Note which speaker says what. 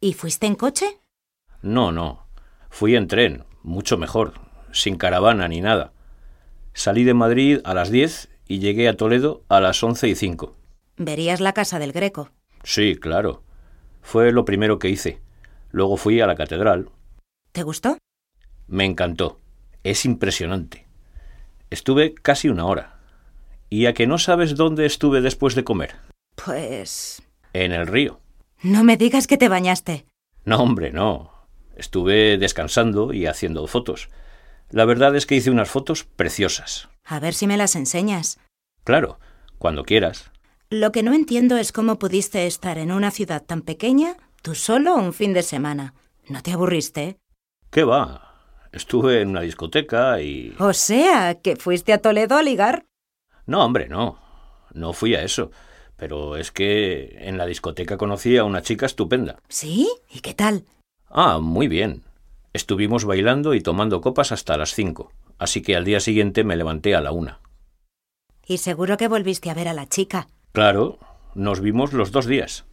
Speaker 1: ¿Y fuiste en coche?
Speaker 2: No, no. Fui en tren, mucho mejor, sin caravana ni nada. Salí de Madrid a las 10 y llegué a Toledo a las 11 y 5.
Speaker 1: Verías la casa del Greco.
Speaker 2: Sí, claro. Fue lo primero que hice. Luego fui a la catedral.
Speaker 1: ¿Te gustó?
Speaker 2: Me encantó. Es impresionante. Estuve casi una hora. ¿Y a que no sabes dónde estuve después de comer?
Speaker 1: Pues...
Speaker 2: En el río.
Speaker 1: No me digas que te bañaste.
Speaker 2: No, hombre, no. Estuve descansando y haciendo fotos. La verdad es que hice unas fotos preciosas.
Speaker 1: A ver si me las enseñas.
Speaker 2: Claro, cuando quieras.
Speaker 1: Lo que no entiendo es cómo pudiste estar en una ciudad tan pequeña tú solo un fin de semana. ¿No te aburriste?
Speaker 2: ¿Qué va? Estuve en una discoteca y...
Speaker 1: O sea, que fuiste a Toledo a ligar.
Speaker 2: No, hombre, no. No fui a eso. Pero es que en la discoteca conocí a una chica estupenda.
Speaker 1: ¿Sí? ¿Y qué tal?
Speaker 2: Ah, muy bien. Estuvimos bailando y tomando copas hasta las cinco, así que al día siguiente me levanté a la una.
Speaker 1: Y seguro que volviste a ver a la chica.
Speaker 2: Claro, nos vimos los dos días.